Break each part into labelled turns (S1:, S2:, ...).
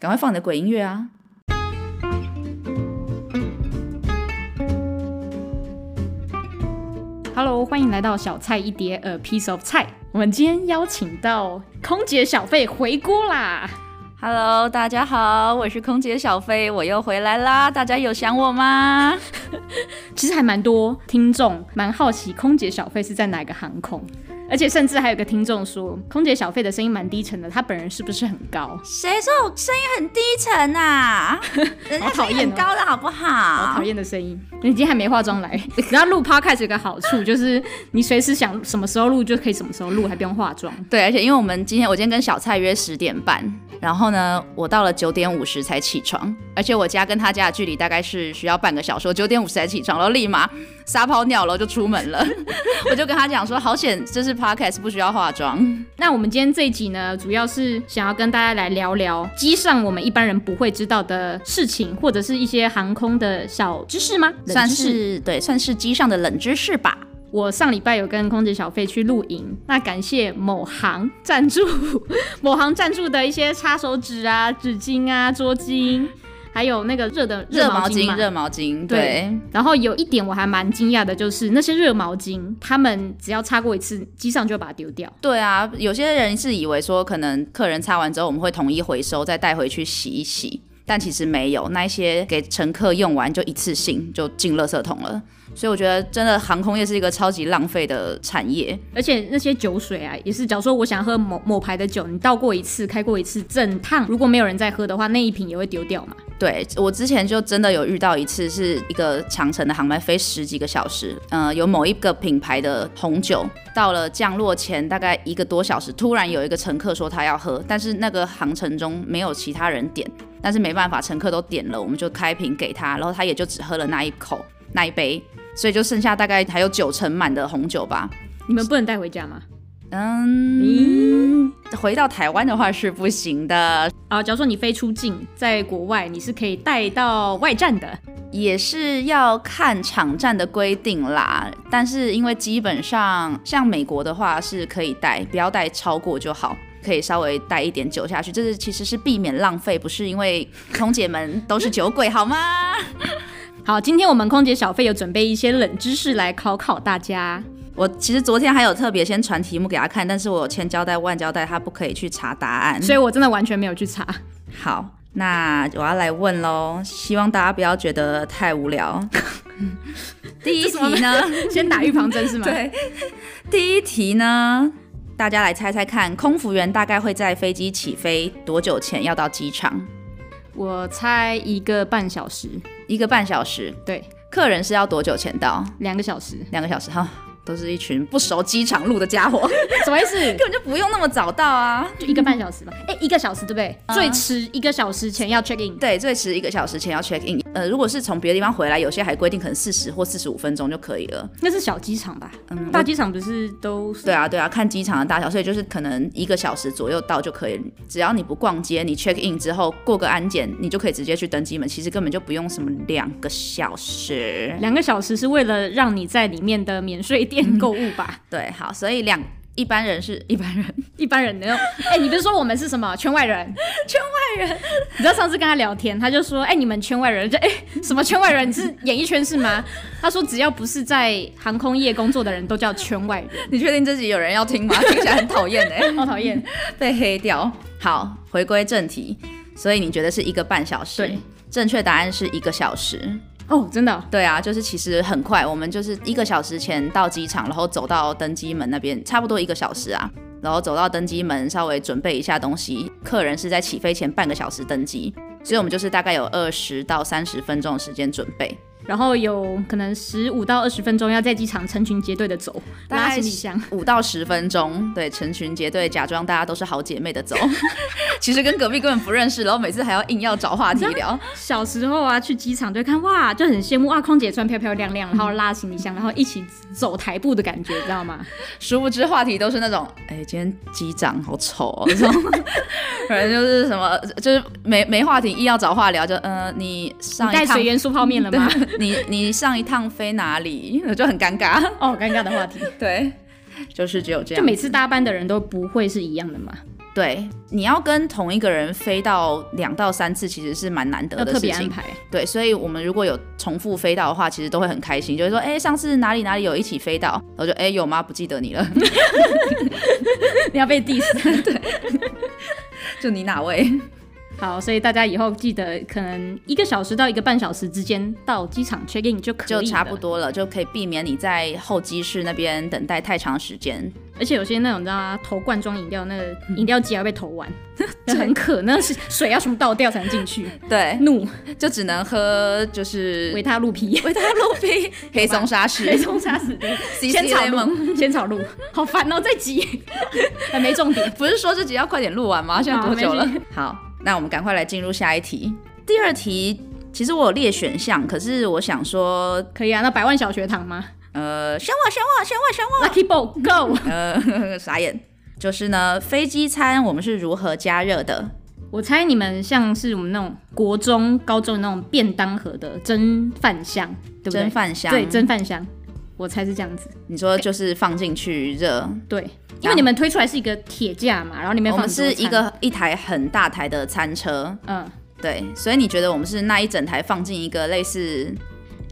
S1: 赶快放你的鬼音乐啊！
S2: Hello，欢迎来到小菜一碟呃 piece of 菜。我们今天邀请到空姐小费回锅啦！
S1: Hello，大家好，我是空姐小飞，我又回来啦！大家有想我吗？
S2: 其实还蛮多听众蛮好奇空姐小费是在哪个航空，而且甚至还有个听众说，空姐小费的声音蛮低沉的，她本人是不是很高？
S1: 谁说我声音很低沉 啊？人家声音很高的好不
S2: 好
S1: 好
S2: 讨？厌的声音，你今天还没化妆来。啊 你知道录 podcast 有个好处，就是你随时想什么时候录就可以什么时候录，还不用化妆。
S1: 对，而且因为我们今天我今天跟小蔡约十点半，然后呢，我到了九点五十才起床，而且我家跟他家的距离大概是需要半个小时，我九点五十才起床，然后立马撒泡尿了就出门 了。我就跟他讲说，好险，这是 podcast 不需要化妆。
S2: 那我们今天这一集呢，主要是想要跟大家来聊聊机上我们一般人不会知道的事情，或者是一些航空的小知识吗？冷知识
S1: 算是对，算是机上的冷知识吧。
S2: 我上礼拜有跟空姐小费去露营，那感谢某行赞助， 某行赞助的一些擦手纸啊、纸巾啊、桌巾，还有那个热的
S1: 热毛
S2: 毛巾
S1: 巾，
S2: 嘛
S1: 热毛巾，
S2: 对
S1: 对，
S2: 然后有一点我还蛮惊讶的，就是那些热毛巾，他们只要擦过一次，机上就会把它丢掉。
S1: 对啊，有些人是以为说，可能客人擦完之后，我们会统一回收，再带回去洗一洗，但其实没有，那一些给乘客用完就一次性就进垃圾桶了。所以我觉得，真的航空业是一个超级浪费的产业。
S2: 而且那些酒水啊，也是，假如说我想喝某某牌的酒，你倒过一次、开过一次，整趟如果没有人在喝的话，那一瓶也会丢掉嘛。
S1: 对我之前就真的有遇到一次，是一个长城的航班，飞十几个小时，嗯、有某一个品牌的红酒，到了降落前大概一个多小时，突然有一个乘客说他要喝，但是那个航程中没有其他人点，但是没办法，乘客都点了，我们就开瓶给他，然后他也就只喝了那一口那一杯，所以就剩下大概还有九成满的红酒吧。
S2: 你们不能带回家吗？
S1: 嗯，回到台湾的话是不行的，
S2: 啊，假如说你飞出境，在国外你是可以带到外站的。
S1: 也是要看场站的规定啦，但是因为基本上像美国的话是可以带，不要带超过就好，可以稍微带一点酒下去，这是其实是避免浪费，不是因为空姐们都是酒鬼好吗？
S2: 好，今天我们空姐小费有准备一些冷知识来考考大家。
S1: 我其实昨天还有特别先传题目给他看，但是我有千交代万交代，他不可以去查答案。
S2: 所以我真的完全没有去查。
S1: 好，那我要来问喽，希望大家不要觉得太无聊。第一题呢？
S2: 先打预防针是吗？。
S1: 对，第一题呢，大家来猜猜看，空服员大概会在飞机起飞多久前要到机场？
S2: 我猜一个半小时，
S1: 一个半小时。
S2: 对，
S1: 客人是要多久前到？
S2: 两个小时，
S1: 两个小时哈。都是一群不熟机场路的家伙， 根
S2: 什么意思？
S1: 本就不用那么早到啊。
S2: 就一个半小时吧。哎、一个小时对不对？最迟一个小时前要 check in。
S1: 对，最迟一个小时前要 check in。呃，如果是从别的地方回来，有些还规定可能四十或四十五分钟就可以了。
S2: 那是小机场吧？
S1: 嗯，
S2: 大机场不是都是
S1: 对啊，对啊，看机场的大小，所以就是可能一个小时左右到就可以。只要你不逛街，你 check in 之后过个安检，你就可以直接去登机门。其实根本就不用什么两个小时。
S2: 两个小时是为了让你在里面的免税店购物吧？
S1: 对，好，所以两一般人是一般人，
S2: 一般人能用。哎、你不是说我们是什么圈外人？圈外人，你知道上次跟他聊天，他就说：“哎、你们圈外人，就哎、什么圈外人？你是演艺圈是吗？”他说：“只要不是在航空业工作的人都叫圈外人。
S1: 你确定自己有人要听吗？听起来很讨厌哎、”
S2: 好讨厌。
S1: 被黑掉。好，回归正题，所以你觉得是一个半小时？
S2: 对，
S1: 正确答案是一个小时。
S2: 哦，真的哦、
S1: 对啊，就是其实很快，我们就是一个小时前到机场，然后走到登机门那边，差不多一个小时啊。然后走到登机门，稍微准备一下东西。客人是在起飞前半个小时登机，所以我们就是大概有二十到三十分钟的时间准备，
S2: 然后有可能十五到二十分钟要在机场成群结队的走，
S1: 大
S2: 拉
S1: 概
S2: 行李箱。
S1: 五到十分钟，对，成群结队，假装大家都是好姐 妹的走，其实跟隔壁根本不认识，然后每次还要硬要找话题聊。
S2: 小时候啊，去机场就会看哇，就很羡慕啊，空姐穿漂漂亮亮，然后拉行李箱，然后一起走台步的感觉，知道 吗？
S1: 殊不知话题都是那种，哎、今天机长好丑哦， 这种，反正就是什么，就是没没话题，硬要找话聊，就呃，你
S2: 你
S1: 上一
S2: 带
S1: 趟
S2: 水，元素泡面了吗？
S1: 你你上一趟飞哪里，就很尴 尬，
S2: 哦，尴尬的话题。
S1: 对，就是只有这
S2: 就
S1: 样，
S2: 每次搭班的人都不会是一样的嘛？
S1: 对，你要跟同一个人飞到两到三次，其实是蛮难得
S2: 要
S1: 的
S2: 特
S1: 事
S2: 别安
S1: 情。
S2: 排。
S1: 对，所以我们如果有重复飞到的话，其实都会很开心，就会说，哎、上次哪里哪里有一起飞到，我就哎、有吗？不记得你了，
S2: 你要被 diss。
S1: 就你哪位？
S2: 好，所以大家以后记得，可能一个小时到一个半小时之间到机场 check in 就可以，
S1: 就差不。多了，就可以避免你在候机室那边等待太长时间。
S2: 而且有些那种你知道吗？投罐装饮料，那个饮料机还要被投完， 很渴，那是水要全部倒掉才能进去。
S1: 对，
S2: 怒
S1: 就只能喝就是
S2: 嗯维他露 皮，
S1: 维他露 P 黑松沙
S2: 雷
S1: 士、
S2: 冲杀死的，
S1: CC
S2: 仙草
S1: lemon。
S2: 露， 仙草露，好烦哦，这 集还没重点。
S1: 不是说这集要快点录完吗？现在多久了
S2: 没？
S1: 好，那我们赶快来进入下一题。第二题，其实我有列选项，可是我想说，
S2: 可以啊，那百万小学堂吗
S1: 呃，选我，选我，选我，选我。
S2: ？Lucky Ball Go！
S1: 呃， 傻眼。就是呢，飞机餐我们是如何加热的？
S2: 我猜你们像是我们那种国中、高中的那种便当盒的蒸饭箱，对不对
S1: 蒸？饭箱，
S2: 对，蒸饭箱，我猜是这样子。
S1: 你说就是放进去热，
S2: 对，因为你们推出来是一个铁架嘛，然后里面
S1: 我
S2: 放
S1: 们
S2: 很多
S1: 是一
S2: 餐，
S1: 个一台很大台的餐车，
S2: 嗯
S1: 对，所以你觉得我们是那一整台放进一个类似，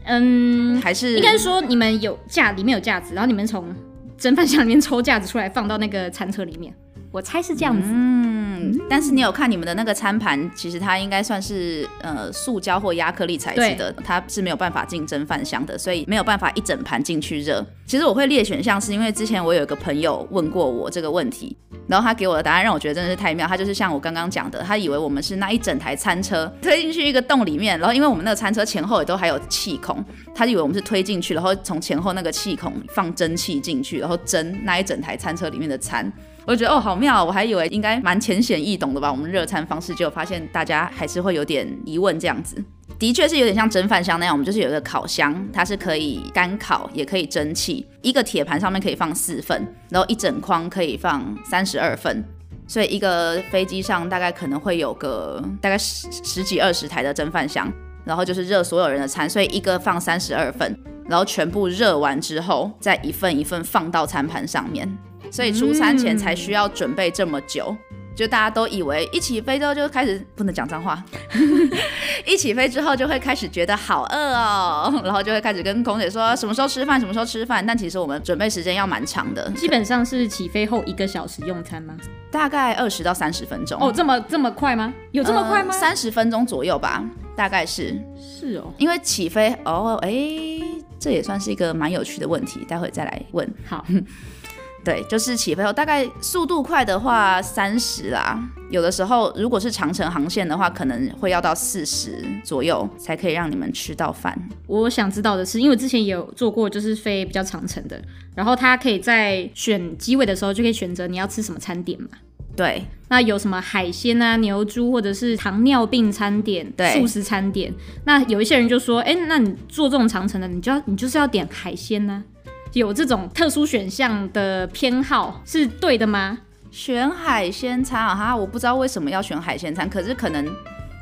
S2: 嗯，
S1: 还是
S2: 应该说你们有架，里面有架子，然后你们从蒸饭箱里面抽架子出来，放到那个餐车里面。我猜是这样子，
S1: 嗯，但是你有看你们的那个餐盘，其实它应该算是呃塑胶或亚克力材质的，它是没有办法进蒸饭箱的，所以没有办法一整盘进去热。其实我会列选项，是因为之前我有一个朋友问过我这个问题，然后他给我的答案让我觉得真的是太妙。他就是像我刚刚讲的，他以为我们是那一整台餐车推进去一个洞里面，然后因为我们那个餐车前后也都还有气孔，他以为我们是推进去，然后从前后那个气孔放蒸汽进去，然后蒸那一整台餐车里面的餐。我就觉得哦，好妙啊！我还以为应该蛮浅显易懂的吧，我们热餐方式，结果发现大家还是会有点疑问这样子。的确是有点像蒸饭箱那样，我们就是有一个烤箱，它是可以干烤，也可以蒸汽。一个铁盘上面可以放四份，然后一整筐可以放三十二份，所以一个飞机上大概可能会有个大概十十几二十台的蒸饭箱，然后就是热所有人的餐，所以一个放三十二份，然后全部热完之后，再一份一份放到餐盘上面。所以出餐前才需要准备这么久。就大家都以为一起飞之后就开始不能讲脏话， 一起飞之后就会开始觉得好饿哦，然后就会开始跟空姐说什么时候吃饭，什么时候吃饭。但其实我们准备时间要蛮长的，
S2: 基本上是起飞后一个小时用餐吗？
S1: 大概二十到三十分钟。
S2: 哦，，这么这么快吗？有这么快吗？
S1: 呃三十、分钟左右吧，大概是
S2: 是哦，
S1: 因为起飞哦，诶，这也算是一个蛮有趣的问题，待会再来问。
S2: 好，
S1: 对，就是起飞后哦大概速度快的话三十啦，有的时候如果是长城航线的话，可能会要到四十左右才可以让你们吃到饭。
S2: 我想知道的是，因为我之前也有做过，就是飞比较长程的，然后它可以在选机位的时候就可以选择你要吃什么餐点嘛。
S1: 对，
S2: 那有什么海鲜啊、牛猪或者是糖尿病餐点、
S1: 对
S2: 素食餐点？那有一些人就说，哎、那你做这种长程的，你就要你就是要点海鲜呢、有这种特殊选项的偏好是对的吗？
S1: 选海鲜餐啊，哈，我不知道为什么要选海鲜餐，可是可能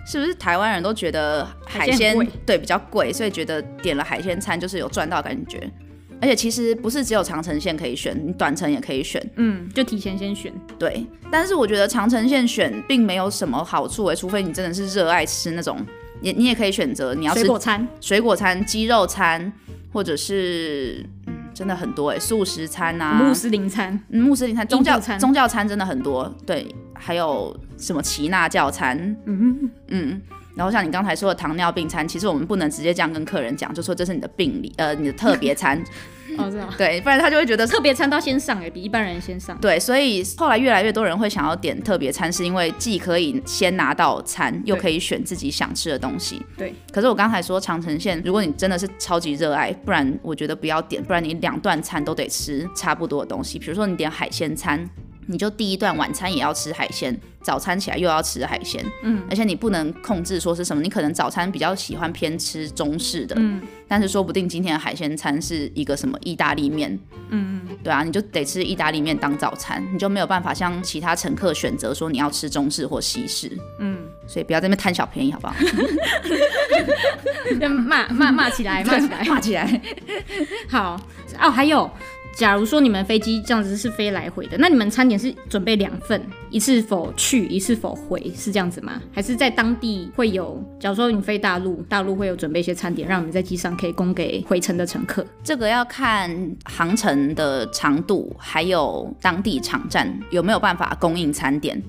S1: 是不是台湾人都觉得海
S2: 海鲜
S1: 鲜
S2: 很贵
S1: 对比较贵，所以觉得点了海鲜餐就是有赚到感觉。而且其实不是只有长城线可以选，你短程也可以选。
S2: 嗯，就提前先选。
S1: 对，但是我觉得长城线选并没有什么好处欸诶，除非你真的是热爱吃那种，也你也可以选择你要吃
S2: 水果餐，
S1: 水果餐、鸡肉餐，或者是嗯，真的很多诶，素食餐啊，
S2: 穆斯林餐，
S1: 嗯穆斯林餐、宗
S2: 印
S1: 教
S2: 度餐
S1: 宗教餐真的很多，对，还有什么奇纳教餐，嗯嗯。然后像你刚才说的糖尿病餐，其实我们不能直接这样跟客人讲，就说这是你的病理，呃，你的特别 餐，
S2: 哦，是吗？
S1: 对，不然他就会觉得
S2: 特别餐都要先上哎、比一般人先上。
S1: 对，所以后来越来越多人会想要点特别餐，是因为既可以先拿到餐，又可以选自己想吃的东西。
S2: 对，
S1: 可是我刚才说长城线，如果你真的是超级热爱，不然我觉得不要点，不然你两段餐都得吃差不多的东西。比如说你点海鲜餐，你就第一段晚餐也要吃海鲜，早餐起来又要吃海鲜。嗯，而且你不能控制说是什么，你可能早餐比较喜欢偏吃中式的，嗯，但是说不定今天的海鲜餐是一个什么意大利面，对啊，你就得吃意大利面当早餐，你就没有办法像其他乘客选择说你要吃中式或西式。嗯，所以不要在那边贪小便宜，好不好？
S2: 骂骂骂起来，骂起 来，
S1: 骂起来。
S2: 好哦，还有，假如说你们飞机这样子是飞来回的，那你们餐点是准备两份一次否去，一次否回，是这样子吗？还是在当地会有？假如说你飞大陆，大陆会有准备一些餐点，让你们在机上可以供给回程的乘客？
S1: 这个要看航程的长度，还有当地场站有没有办法供应餐点。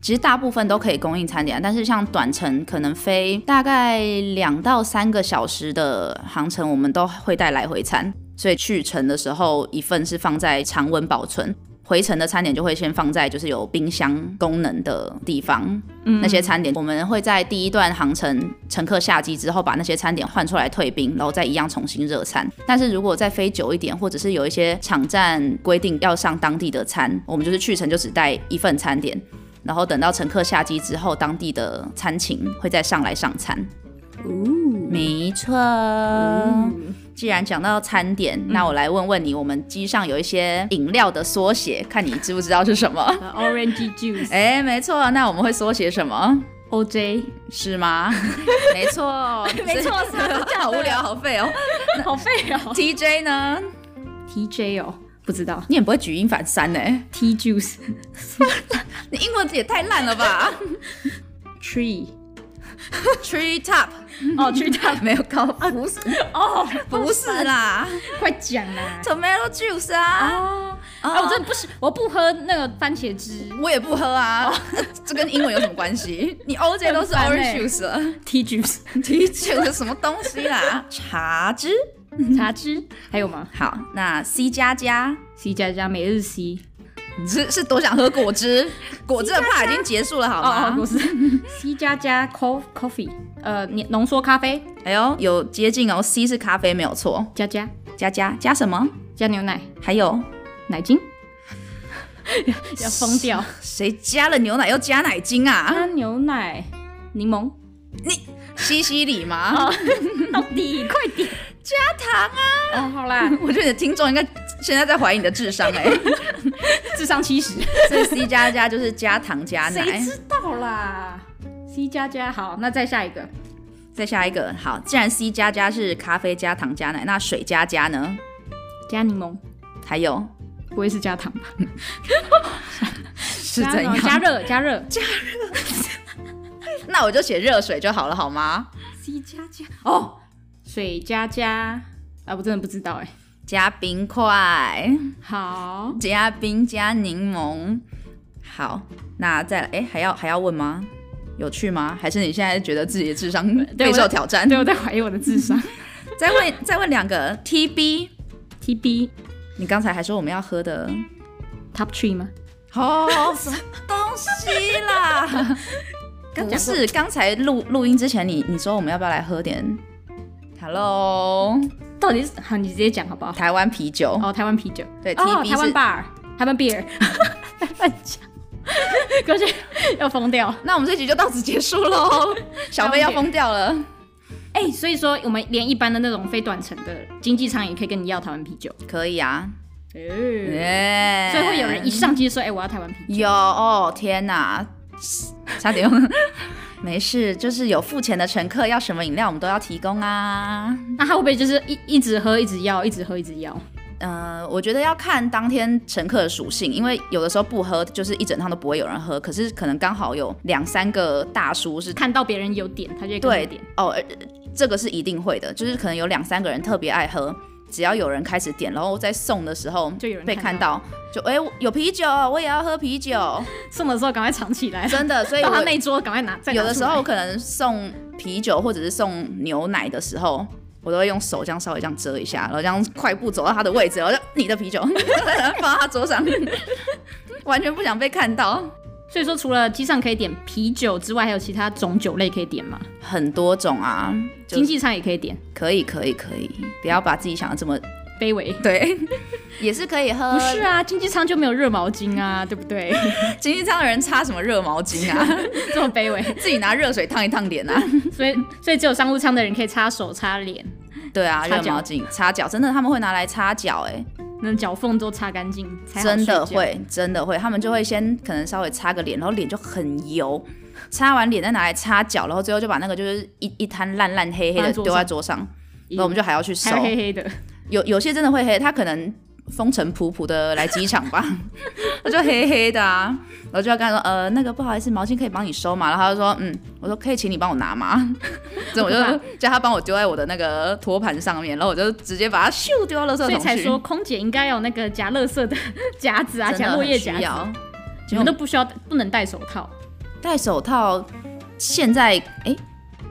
S1: 其实大部分都可以供应餐点，但是像短程可能飞大概两到三个小时的航程，我们都会带来回餐，所以去程的时候一份是放在常温保存。回程的餐点就会先放在就是有冰箱功能的地方，那些餐点我们会在第一段航程乘客下机之后把那些餐点换出来退冰，然后再一样重新热餐。但是如果再飞久一点，或者是有一些场站规定要上当地的餐，我们就是去程就只带一份餐点，然后等到乘客下机之后，当地的餐勤会再上来上餐。嗯没错。既然讲到餐点，那我来问问你，我们机上有一些饮料的缩写，看你知不知道是什 么？
S2: 呃 Orange juice，
S1: 哎、没错，那我们会缩写什么？
S2: OJ，
S1: 是吗？ 没错，
S2: 没错是啊是
S1: 这样好无聊，好废 哦。
S2: 好废哦
S1: TJ 呢？
S2: ，TJ 哦，不知道
S1: 你也不会举一反三呢、
S2: ，T juice
S1: 你英文也太烂了 吧
S2: tree，
S1: ？Tree top
S2: 哦 tree top，
S1: 没有高，不是
S2: 哦，
S1: 不是啦
S2: 快讲啦！
S1: ，Tomato juice 啊，
S2: 哦，哎，我真的不是，我不喝那个番茄汁
S1: 我也不喝啊，这跟英文有什么关系？你 OJ 都是
S2: 哦很烦
S1: orange
S2: 欸
S1: juice 了。
S2: ，T juice
S1: 提取的什么东西啦？茶汁。
S2: 茶汁，还有吗
S1: 好，那 C 加加，
S2: ？C 加加每日 C，
S1: 你是是多想喝果汁？果汁的怕已经结束了，好
S2: 哦哦，
S1: 吗
S2: 不？是 C 加加 co coffee，呃，你浓缩咖啡
S1: 哎呦，有接近哦，C 是咖啡没有错，
S2: 加加
S1: 加加加什么？
S2: 加牛奶
S1: 还有
S2: 奶精， 要疯掉！
S1: 谁加了牛奶又加奶精啊？
S2: 加牛奶柠 檬，
S1: 西西里吗？
S2: 哦到底快点！
S1: 加糖啊！
S2: 哦，好啦，
S1: 我觉得你的听众应该现在在怀疑你的智商哎、
S2: 智商七 十，
S1: 所以 C 加加就是加糖加奶
S2: 谁。知道啦？C 加加好，那再下一个
S1: 再下一个，好，既然 C 加加是咖啡加糖加奶，那水加加呢？
S2: 加柠檬，
S1: 还有
S2: 不会是加糖吧？
S1: 是
S2: 加
S1: 怎样？
S2: 加 热加热
S1: 那我就写热水就好了，好吗？
S2: C 加加哦，水加加啊，我真的不知道哎。
S1: 加冰块，
S2: 好，
S1: 加冰加柠檬。好，那再来，哎、还要还要问吗？有趣吗？还是你现在觉得自己的智商备
S2: 我
S1: 受挑战
S2: 对？我在怀疑我的智 商。
S1: 再问再问两个 TB，
S2: T B
S1: 你刚才还说我们要喝的，
S2: Top Tree 吗？
S1: 哦，什么东西啦？
S2: 刚
S1: 不是，刚才录录音之前你，你说我们要不要来喝点？Hello，
S2: 到底是好，你直接讲好不好？
S1: 台湾啤酒。
S2: 哦，台湾啤酒，
S1: 对
S2: 哦，
S1: TB
S2: 台湾
S1: 是
S2: bar，台湾 beer，乱 讲，可是要疯掉。
S1: 那我们这集就到此结束 喽，小飞要疯掉了。
S2: 哎、所以说我们连一般的那种非短程的经济舱也可以跟你要台湾啤酒，
S1: 可以啊，
S2: 哎、
S1: 耶、
S2: 所以会有人一上机就说，哎、我要台湾啤酒。
S1: 有哦，天哪，差点用。 没事，就是有付钱的乘客要什么饮料，我们都要提供啊。
S2: 那他会不会就是一一直喝，一直要，一直喝，一直要？
S1: 呃，我觉得要看当天乘客的属性，因为有的时候不喝，就是一整趟都不会有人喝。可是可能刚好有两三个大叔是
S2: 看到别人有点，他就会跟
S1: 对
S2: 着点。
S1: 哦，呃这个是一定会的，就是可能有两三个人特别爱喝，只要有人开始点，然后在送的时候
S2: 就有人
S1: 被
S2: 看
S1: 看到，就哎、我有啤酒，我也要喝啤酒，
S2: 送的时候赶快藏起来，
S1: 真的，所以
S2: 到他
S1: 我
S2: 那一桌赶快拿。再拿
S1: 有的
S2: 出
S1: 时
S2: 来
S1: 候可能送啤酒或者是送牛奶的时候。我都会用手这样稍微这样遮一下，然后这样快步走到他的位置，然后就你的啤酒 放到他桌上， 完全不想被看到。
S2: 所以说，除了机上可以点啤酒之外，还有其他种酒类可以点吗？
S1: 很多种啊，就
S2: 经济舱也可以点，
S1: 可以可以可以，不要把自己想的这么
S2: 卑微。
S1: 对，也是可以喝。
S2: 不是啊，经济舱就没有热毛巾啊，对不 对？
S1: 经济舱的人擦什么热毛巾啊？
S2: 这么卑微，
S1: 自己拿热水烫一烫 脸啊？
S2: 所以所以只有商务舱的人可以擦手、擦脸，
S1: 对啊，
S2: 擦
S1: 热
S2: 脚
S1: 毛巾擦脚，真的他们会拿来擦脚、欸，
S2: 那脚缝都擦干净，才好
S1: 真的
S2: 睡觉。
S1: 会，真的会，他们就会先可能稍微擦个脸，然后脸就很油，擦完脸再拿来擦脚，然后最后就把那个就是一一滩烂烂黑黑
S2: 放
S1: 的
S2: 在桌
S1: 丢在
S2: 上
S1: 桌上，
S2: 咦
S1: 然后我们就还要去收
S2: 还。有黑黑的，
S1: 有有些真的会黑，他可能风尘仆仆的来机场 吧，我就黑黑的啊，我就要跟他说，呃，那个不好意思，毛巾可以帮你收嘛，然后他就说，嗯，我说可以请你帮我拿吗？ 所以我就叫他帮我丢在我的那个托盘上面，然后我就直接把它咻丢到垃圾
S2: 所以
S1: 桶
S2: 才
S1: 去，
S2: 说空姐应该要有那个夹垃圾的 夹子啊，
S1: 真
S2: 夹
S1: 的
S2: 落
S1: 很
S2: 叶
S1: 需
S2: 夹子，
S1: 要
S2: 你们都不需要，不能戴手套。
S1: 戴手套，现在诶，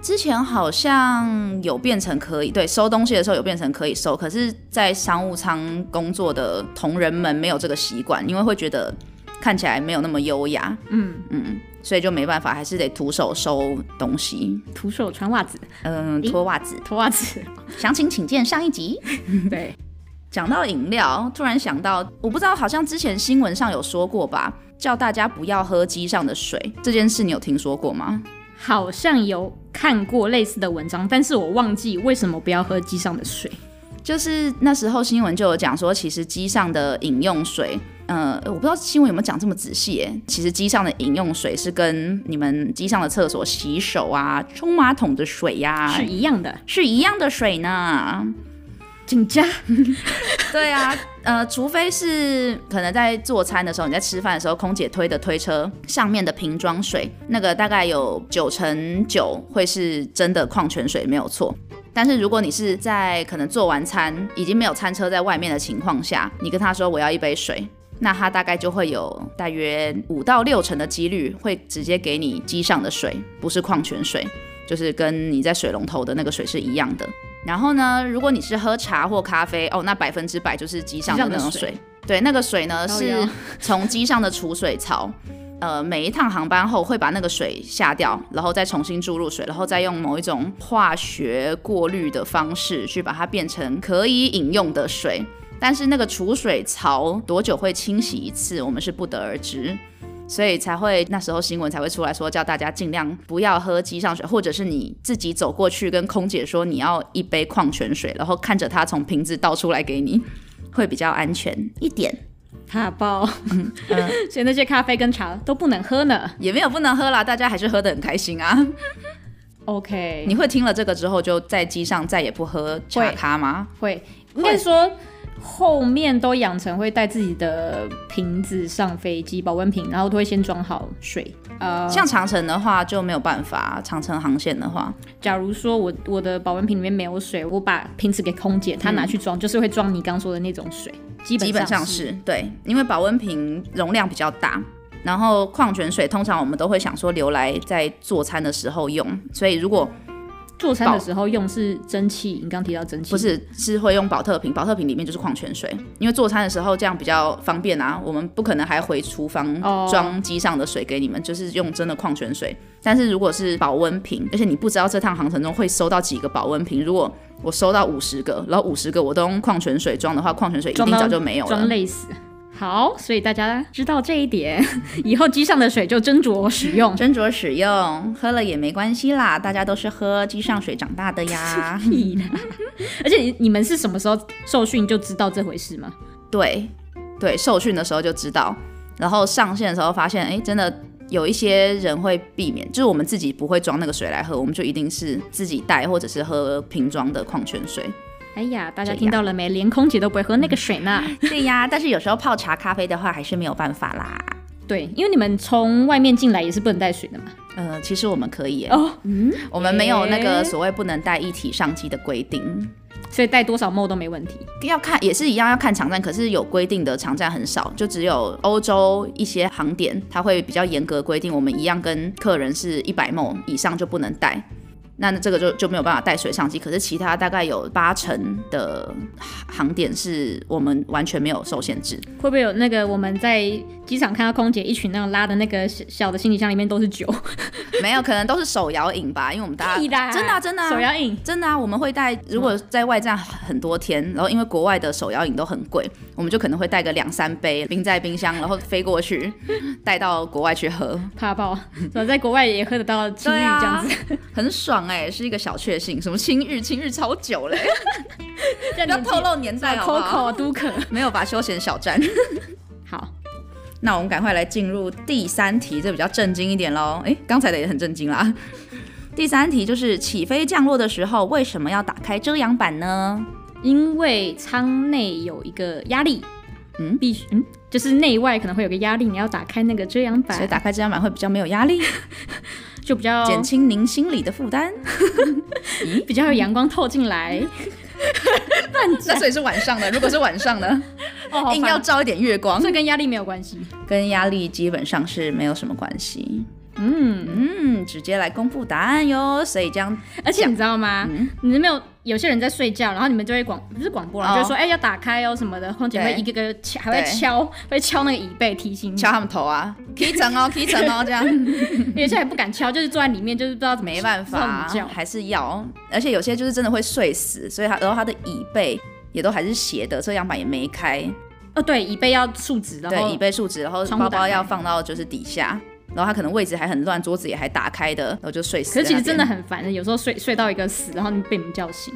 S1: 之前好像有变成可以，对，收东西的时候有变成可以收，可是，在商务舱工作的同仁们没有这个习惯，因为会觉得看起来没有那么优雅，
S2: 嗯
S1: 嗯，所以就没办法，还是得徒手收东西，
S2: 徒手穿袜子，
S1: 嗯，
S2: 咦
S1: 脱袜子，
S2: 脱袜子。
S1: 详情请见上一集。
S2: 对，
S1: 讲到饮料，突然想到，我不知道，好像之前新闻上有说过吧，叫大家不要喝机上的水这件事，你有听说过吗？
S2: 好像有看过类似的文章，但是我忘记为什么不要喝机上的水。
S1: 就是那时候新闻就有讲说，其实机上的饮用水，呃，我不知道新闻有没有讲这么仔细耶。其实机上的饮用水是跟你们机上的厕所洗手啊、冲马桶的水呀、
S2: 是一样的。
S1: 是一样的水呢。
S2: 紧张，
S1: 对啊，呃，除非是可能在做餐的时候，你在吃饭的时候，空姐推的推车上面的瓶装水，那个大概有九成九会是真的矿泉水，没有错。但是如果你是在可能做完餐已经没有餐车在外面的情况下，你跟他说我要一杯水，那他大概就会有大约五到六成的几率会直接给你机上的水，不是矿泉水，就是跟你在水龙头的那个水是一样的。然后呢，如果你是喝茶或咖啡，哦，那百分之百就是机上的那种
S2: 机上的
S1: 水。对，那个水呢
S2: 高
S1: 是
S2: 压
S1: 从机上的储水槽，呃，每一趟航班后会把那个水下掉，然后再重新注入水，然后再用某一种化学过滤的方式去把它变成可以饮用的水。但是那个储水槽多久会清洗一次，我们是不得而知。所以才会那时候新闻才会出来说，叫大家尽量不要喝机上水，或者是你自己走过去跟空姐说你要一杯矿泉水，然后看着她从瓶子倒出来给你，会比较安全一点。
S2: 卡包，
S1: 嗯
S2: 所以那些咖啡跟茶都不能喝呢。
S1: 也没有不能喝啦，大家还是喝得很开心啊。
S2: OK，
S1: 你会听了这个之后，就在机上再也不喝茶
S2: 会
S1: 咖吗？
S2: 会应该说后面都养成会带自己的瓶子上飞机，保温瓶，然后都会先装好水。呃，
S1: 像长城的话就没有办法，长城航线的话，
S2: 假如说我我的保温瓶里面没有水，我把瓶子给空姐，她拿去装，就是会装你刚说的那种水，基本
S1: 嗯基本上
S2: 是
S1: 是对，因为保温瓶容量比较大，然后矿泉水通常我们都会想说留来在做餐的时候用，所以如果
S2: 做餐的时候用是蒸汽，你刚提到蒸汽，
S1: 不是是会用保特瓶，保特瓶里面就是矿泉水，因为做餐的时候这样比较方便啊。我们不可能还回厨房
S2: 哦
S1: 装机上的水给你们，就是用真的矿泉水。但是如果是保温瓶，而且你不知道这趟航程中会收到几个保温瓶，如果我收到五十个，然后五十个我都用矿泉水装的话，矿泉水一
S2: 装
S1: 定
S2: 到
S1: 早就没有
S2: 装
S1: 了。
S2: 累死。好，所以大家知道这一点， 以后机上的水就斟酌使用。。
S1: 斟酌使用，喝了也没关系啦，大家都是喝机上水长大的呀
S2: 屁啦！而且你你们是什么时候受训就知道这回事吗？
S1: 对对，受训的时候就知道，然后上线的时候发现，哎，真的有一些人会避免，就是我们自己不会装那个水来喝，我们就一定是自己带或者是喝瓶装的矿泉水。
S2: 哎呀，大
S1: 这
S2: 家
S1: 样
S2: 听到了没？连空姐都不会喝那个水呢。
S1: 对呀，但是有时候泡茶咖啡的话还是没有办法啦。
S2: 对，因为你们从外面进来也是不能带水的嘛。
S1: 呃，其实我们可以耶，
S2: 哦，嗯，
S1: 我们没有那
S2: 诶
S1: 个所谓不能带一体上机的规定，
S2: 所以带多少沫都没问题。
S1: 要看也是一样要看场站，可是有规定的场站很少，就只有欧洲一些航点，它会比较严格规定，我们一样跟客人是一百梦以上就不能带。那这个就就没有办法带水上机，可是其他大概有八成的航点是我们完全没有受限制。
S2: 会不会有那个我们在机场看到空姐一群那种拉的那个小小的行李箱里面都是酒？
S1: 没有，可能都是手摇饮吧，因为我们大家
S2: 屁啦
S1: 真的啊、真的啊、
S2: 手摇饮
S1: 真的啊，我们会带，如果在外站很多天，然后因为国外的手摇饮都很贵，我们就可能会带个两三杯冰在冰箱，然后飞过 去，带到国外去喝，
S2: 怕爆，怎么在国外也喝得到青玉
S1: 对啊
S2: 这样子？
S1: 很爽哎、是一个小确幸。什么青玉，青玉超久嘞，
S2: 这
S1: 不要透露年代好不好？
S2: Coco 都可
S1: 没有吧，休闲小站。
S2: 好。
S1: 那我们赶快来进入第三题，这比较震惊一点喽。诶，刚才的也很震惊啦。 第三题就是起飞降落的时候为什么要打开遮阳板呢？
S2: 因为舱内有一个压力，
S1: 嗯
S2: 必须嗯，就是内外可能会有个压力，你要打开那个遮阳
S1: 所以
S2: 板，
S1: 打开遮阳板会比较没有压力，
S2: 就比较
S1: 减轻您心里的负担。
S2: 比较有阳光透进来。乱
S1: 那
S2: 讲，
S1: 所以是晚上的，如果是晚上 呢，
S2: 哦，好
S1: 硬要
S2: 烦
S1: 照一点月 光，
S2: 这跟压力没有关系。
S1: 跟压力基本上是没有什么关系。
S2: 嗯，
S1: 嗯，直接来公布答案哟。所以这嗯样
S2: 而且你知道吗？
S1: 嗯
S2: 你有没有有些人在睡觉，然后你们就会广不是广播了，
S1: 哦
S2: 就会说哎、要打开哦什么的，空姐会
S1: 对
S2: 一个个敲，还会
S1: 对
S2: 敲，会敲那个椅背提醒你。
S1: 敲他们头啊，提成 哦，提成哦，这样
S2: 有些还不敢敲，就是坐在里面就是不知道怎么
S1: 没办法啊
S2: 不知道怎么，叫
S1: 还是要。而且有些就是真的会睡死，所以他然后他的椅背也都还是斜的，遮阳板也没开，
S2: 哦，对，椅背要竖直，然
S1: 对，
S2: 后
S1: 椅背竖直，然后
S2: 窗户
S1: 包
S2: 打
S1: 包
S2: 开
S1: 要放到就是底下。然后他可能位置还很乱，桌子也还打开的，然后就睡死。
S2: 可是其实真的，很烦，有时候睡睡到一个死，然后你被你们叫醒。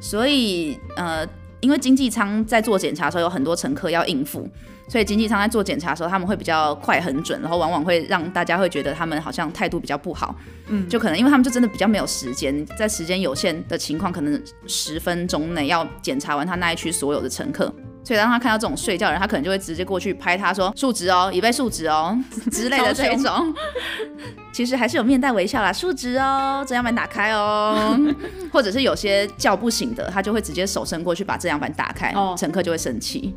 S1: 所以呃，因为经济舱在做检查的时候有很多乘客要应付，所以经济舱在做检查的时候他们会比较快很准，然后往往会让大家会觉得他们好像态度比较不好，
S2: 嗯，
S1: 就可能因为他们就真的比较没有时间，在时间有限的情况，可能十分钟内要检查完他那一区所有的乘客。所以当他看到这种睡觉的人，他可能就会直接过去拍他说：“竖直哦，椅背竖直哦” 之类的这种。其实还是有面带微笑啦，竖直哦，遮阳板打开哦，或者是有些叫不醒的，他就会直接手伸过去把遮阳板打开，
S2: 哦
S1: 乘客就会生气，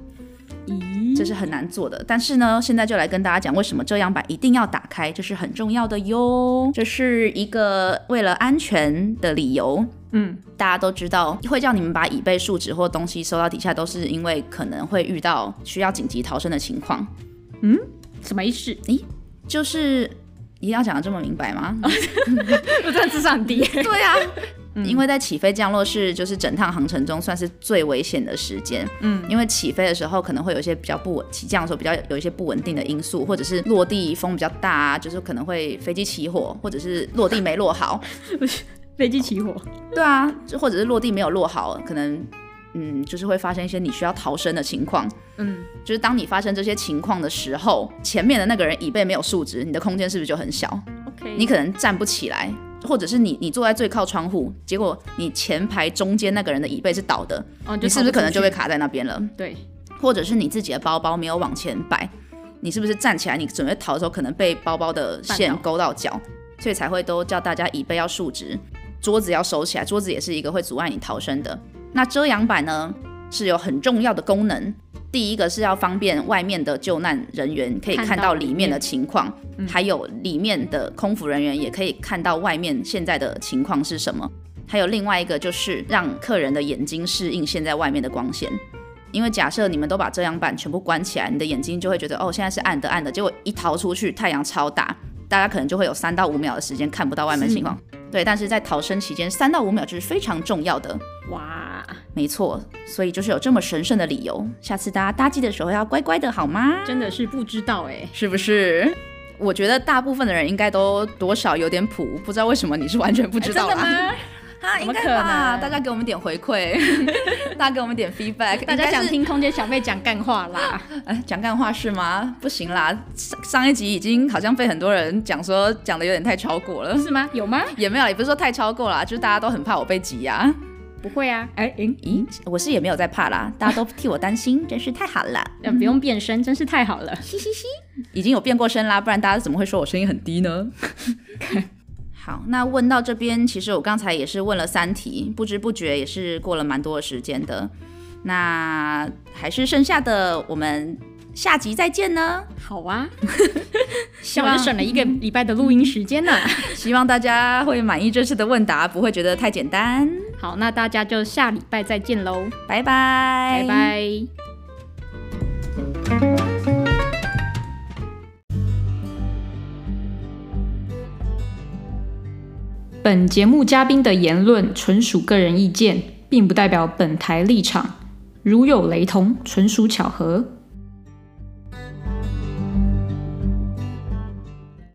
S2: 咦，
S1: 这是很难做的。但是呢，现在就来跟大家讲为什么遮阳板一定要打开，这是很重要的哟，这是一个为了安全的理由。
S2: 嗯，
S1: 大家都知道，会叫你们把椅背竖直或东西收到底下，都是因为可能会遇到需要紧急逃生的情况。
S2: 什么意思？
S1: 就是一定要讲的这么明白吗？
S2: 我真的智商很低。
S1: 对啊，因为在起飞降落是就是整趟航程中算是最危险的时间。嗯，因为起飞的时候可能会有一些比较不稳，起降的时候比较有一些不稳定的因素，或者是落地风比较大啊，就是可能会飞机起火，或者是落地没落好。
S2: 飞机起火，
S1: 对啊，就或者是落地没有落好，可能嗯，就是会发生一些你需要逃生的情况。
S2: 嗯，
S1: 就是当你发生这些情况的时候，前面的那个人椅背没有竖直，你的空间是不是就很小？
S2: OK，
S1: 你可能站不起来，或者是你你坐在最靠窗户，结果你前排中间那个人的椅背是倒的，
S2: 哦，
S1: 你
S2: 就是
S1: 不是可能就
S2: 会
S1: 被卡在那边了？
S2: 对，
S1: 或者是你自己的包包没有往前摆，你是不是站起来你准备逃的时候可能被包包的线
S2: 绊到
S1: 勾到脚，所以才会都叫大家椅背要竖直，桌子要收起来，桌子也是一个会阻碍你逃生的。那遮阳板呢是有很重要的功能。第一个是要方便外面的救难人员可以
S2: 看
S1: 看
S2: 到
S1: 到
S2: 里嗯
S1: 里面的情况，还有里面的空服人员也可以看到外面现在的情况是什么。还有另外一个就是让客人的眼睛适应现在外面的光线，因为假设你们都把遮阳板全部关起来，你的眼睛就会觉得哦，现在是暗的暗的，结果一逃出去太阳超大，大家可能就会有三到五秒的时间看不到外面情况。对，但是在逃生期间，三到五秒就是非常重要的，
S2: 哇，
S1: 没错。所以就是有这么神圣的理由，下次大家搭机的时候要乖乖的好吗？
S2: 真的是不知道哎。
S1: 是不是？我觉得大部分的人应该都多少有点谱，不知道为什么你是完全不知道啦
S2: 哎真的 吗？
S1: 啊，
S2: 怎
S1: 应
S2: 么
S1: 该
S2: 可
S1: 吧？
S2: 能
S1: 大家给我们点回 馈，大家给我们点 feedback。
S2: 大家
S1: 应该
S2: 想
S1: 是
S2: 听空姐小妹讲干话啦？
S1: 哎讲干话是吗？不行啦，上上一集已经好像被很多人讲说讲的有点太超过了，
S2: 是吗？有吗？
S1: 也没有，也不是说太超过啦，就是大家都很怕我被挤压、
S2: 不会啊，哎、诶
S1: 咦，我是也没有在怕啦，大家都替我担心，真是太好了，
S2: 呃不用变身，真是太好了。
S1: 嘻嘻嘻。已经有变过声啦，不然大家怎么会说我声音很低呢？ 好，那问到这边，其实我刚才也是问了三题，不知不觉也是过了蛮多的时间的。那还是剩下的我们下集再见呢。
S2: 好 啊，像我就省了一个礼拜的录音时间呢。啊
S1: 希望大家会满意这次的问答，不会觉得太简单。
S2: 好，那大家就下礼拜再见喽，
S1: 拜拜，
S2: 拜。拜。本节目嘉宾的言论纯属个人意见，并不代表本台立场，如有雷同，纯属巧合。